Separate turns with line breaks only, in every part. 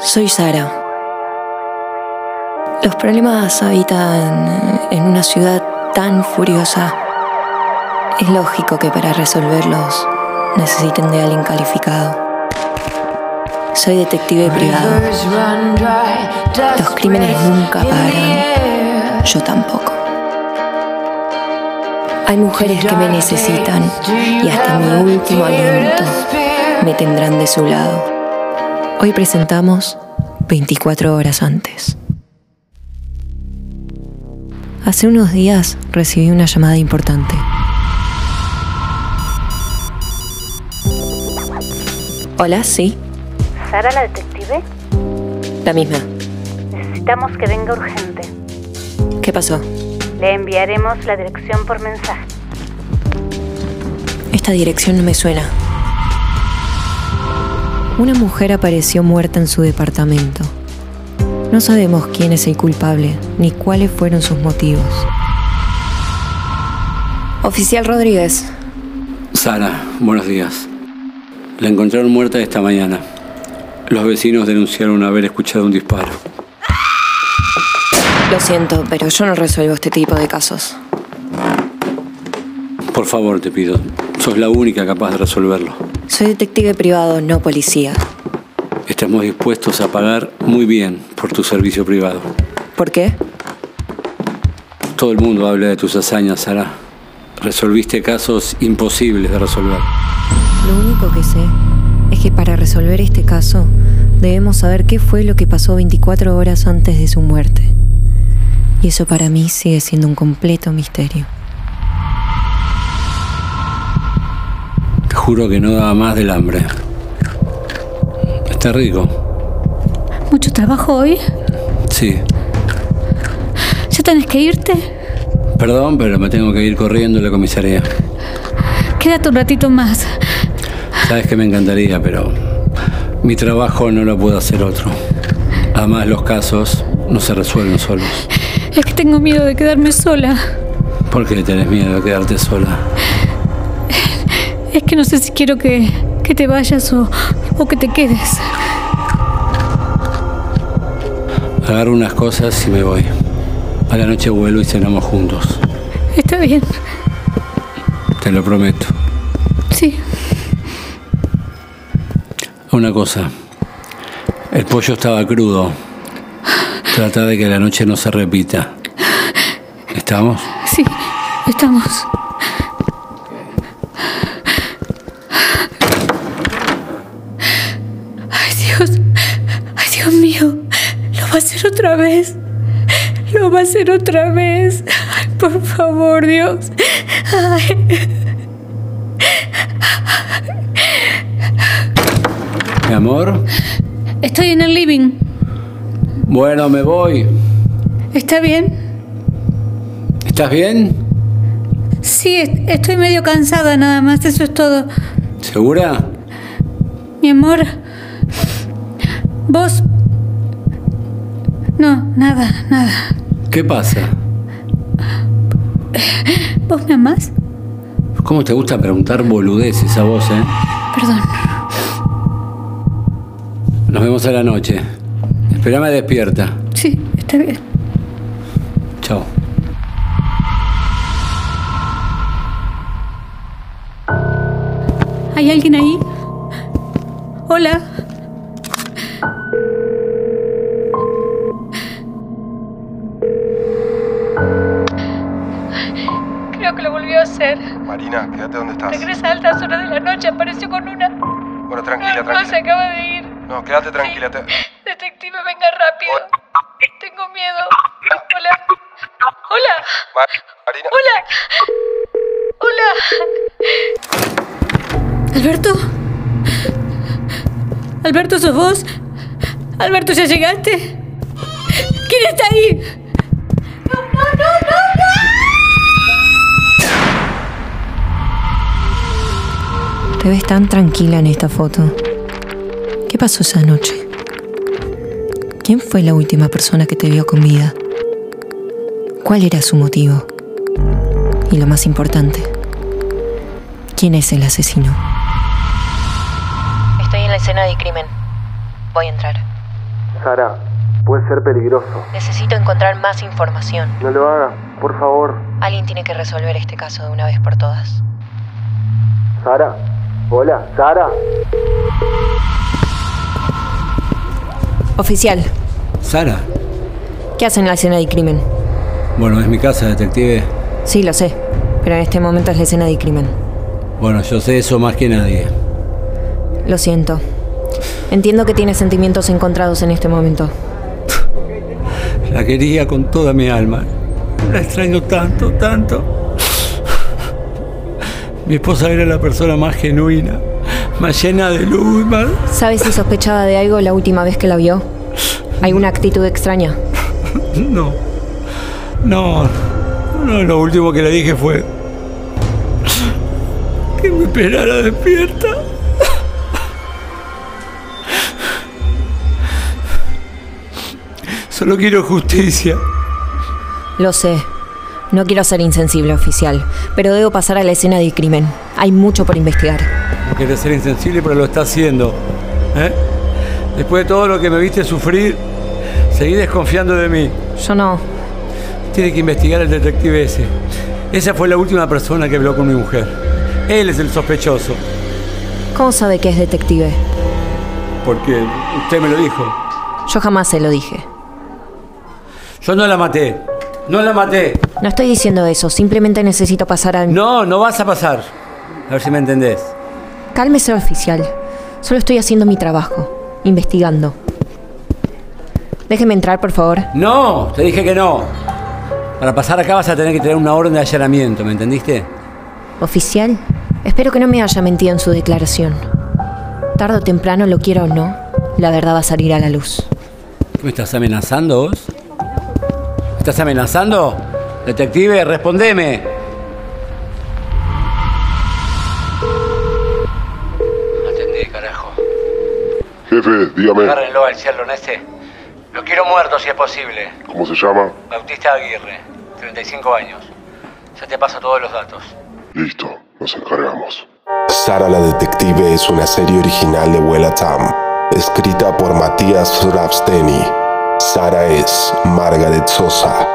Soy Sara. Los problemas habitan en una ciudad tan furiosa. Es lógico que para resolverlos necesiten de alguien calificado. Soy detective privado. Los crímenes nunca paran. Yo tampoco. Hay mujeres que me necesitan y hasta mi último aliento me tendrán de su lado. Hoy presentamos 24 horas antes. Hace unos días recibí una llamada importante. Hola, sí,
¿Sara la detective?
la misma.
Necesitamos que venga urgente.
¿Qué pasó?
Le enviaremos la dirección por mensaje.
Esta dirección no me suena. Una mujer apareció muerta en su departamento. No sabemos quién es el culpable ni cuáles fueron sus motivos. Oficial Rodríguez,
Sara, buenos días. La encontraron muerta esta mañana. Los vecinos denunciaron haber escuchado un disparo.
lo siento, pero yo no resuelvo este tipo de casos.
Por favor, te pido. Sos la única capaz de resolverlo.
Soy detective privado, no policía.
Estamos dispuestos a pagar muy bien por tu servicio privado.
¿Por qué?
Todo el mundo habla de tus hazañas, Sara. Resolviste casos imposibles de resolver.
Lo único que sé es que para resolver este caso debemos saber qué fue lo que pasó 24 horas antes de su muerte. Y eso para mí sigue siendo un completo misterio.
Te juro que no daba más del hambre. Está rico.
¿Mucho trabajo hoy?
Sí.
¿Ya tenés que irte?
Perdón, pero me tengo que ir corriendo a la comisaría.
Quédate un ratito más.
Sabes que me encantaría, pero mi trabajo no lo puede hacer otro. Además, los casos no se resuelven solos.
Es que tengo miedo de quedarme sola.
¿Por qué tenés miedo de quedarte sola?
Es que no sé si quiero que, que te vayas o, o que te quedes.
Agarro unas cosas y me voy. A la noche vuelvo y cenamos juntos.
Está bien.
Te lo prometo.
Sí.
Una cosa. El pollo estaba crudo. Trata de que la noche no se repita. ¿Estamos?
Sí, estamos. Ay, Dios. Ay, Dios mío. Lo va a hacer otra vez. Lo va a hacer otra vez. Ay, por favor, Dios. Ay,
¿Mi amor?
estoy en el living.
Bueno, me voy.
¿Está bien?
¿Estás bien?
Sí, est- estoy medio cansada nada más. Eso es todo.
¿Segura?
Mi amor. Vos. No, nada, nada.
¿Qué pasa?
¿Vos me amás?
¿Cómo te gusta preguntar boludeces a vos, eh?
Perdón.
Nos vemos a la noche. Esperame despierta.
Sí, está bien.
Chao.
¿Hay alguien ahí? Hola. Creo que lo volvió a hacer.
Marina, quédate donde estás.
Regresa a altas horas de la noche, apareció con una. Ah,
Bueno, tranquila,
No, se
tranquila.
acaba de ir.
No, quédate tranquila. te-
Detective, venga rápido. Tengo miedo. Hola. Hola.
Ma- Marina.
Hola. Hola. Alberto. Alberto, ¿sos vos? Alberto, ¿ya llegaste? ¿Quién está ahí? No, no, no, no,
Te ves tan tranquila en esta foto. ¿Qué pasó esa noche? ¿Quién fue la última persona que te vio con vida? ¿Cuál era su motivo? Y lo más importante, ¿quién es el asesino?
Estoy en la escena del crimen. Voy a entrar. Sara, puede ser peligroso.
Necesito encontrar más información.
No lo hagas, por favor.
Alguien tiene que resolver este caso de una vez por todas.
Sara, hola, Sara.
Oficial,
Sara.
¿qué hacen en la escena del crimen?
Bueno, es mi casa, detective.
Sí, lo sé, pero en este momento es la escena del crimen.
Bueno, yo sé eso más que nadie.
Lo siento. Entiendo que tienes sentimientos encontrados en este momento.
La quería con toda mi alma. La extraño tanto, tanto. Mi esposa era la persona más genuina, más llena de luz, más...
¿Sabes si sospechaba de algo la última vez que la vio? ¿Alguna actitud extraña?
No. No. No, lo último que le dije fue... Que me esperara despierta. Solo quiero justicia.
Lo sé. No quiero ser insensible, oficial, pero debo pasar a la escena del crimen. Hay mucho por investigar.
No querés ser insensible, pero lo está haciendo. ¿eh? Después de todo lo que me viste sufrir, seguí desconfiando de mí.
Yo no.
Tiene que investigar el detective ese. Esa fue la última persona que habló con mi mujer. Él es el sospechoso.
¿Cómo sabe que es detective?
Porque usted me lo dijo.
Yo jamás se lo dije.
Yo no la maté. No la maté.
No estoy diciendo eso, simplemente necesito pasar al...
No, no vas a pasar. A ver si me entendés.
Cálmese, oficial. Solo estoy haciendo mi trabajo, investigando. Déjeme entrar, por favor.
No, te dije que no. Para pasar acá vas a tener que tener una orden de allanamiento, ¿me entendiste?
Oficial, espero que no me haya mentido en su declaración. Tarde o temprano, lo quiera o no, la verdad va a salir a la luz.
¿Me estás amenazando vos? ¿Me estás amenazando? Detective, respondeme. Atendí, carajo.
Jefe, dígame,
Agárrenlo al cielo ese. Lo quiero muerto si es posible.
¿cómo se llama?
Bautista Aguirre, 35 años. Ya te paso todos los datos.
Listo, nos encargamos.
Sara la Detective es una serie original de Huela Tam, escrita por Matías Ravsteni. Sara es Margaret Sosa.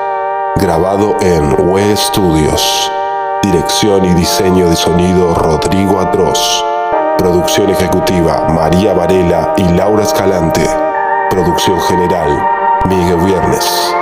Grabado en We Studios. Dirección y diseño de sonido Rodrigo Atroz. Producción ejecutiva María Varela y Laura Escalante. Producción general Miguel Viernes.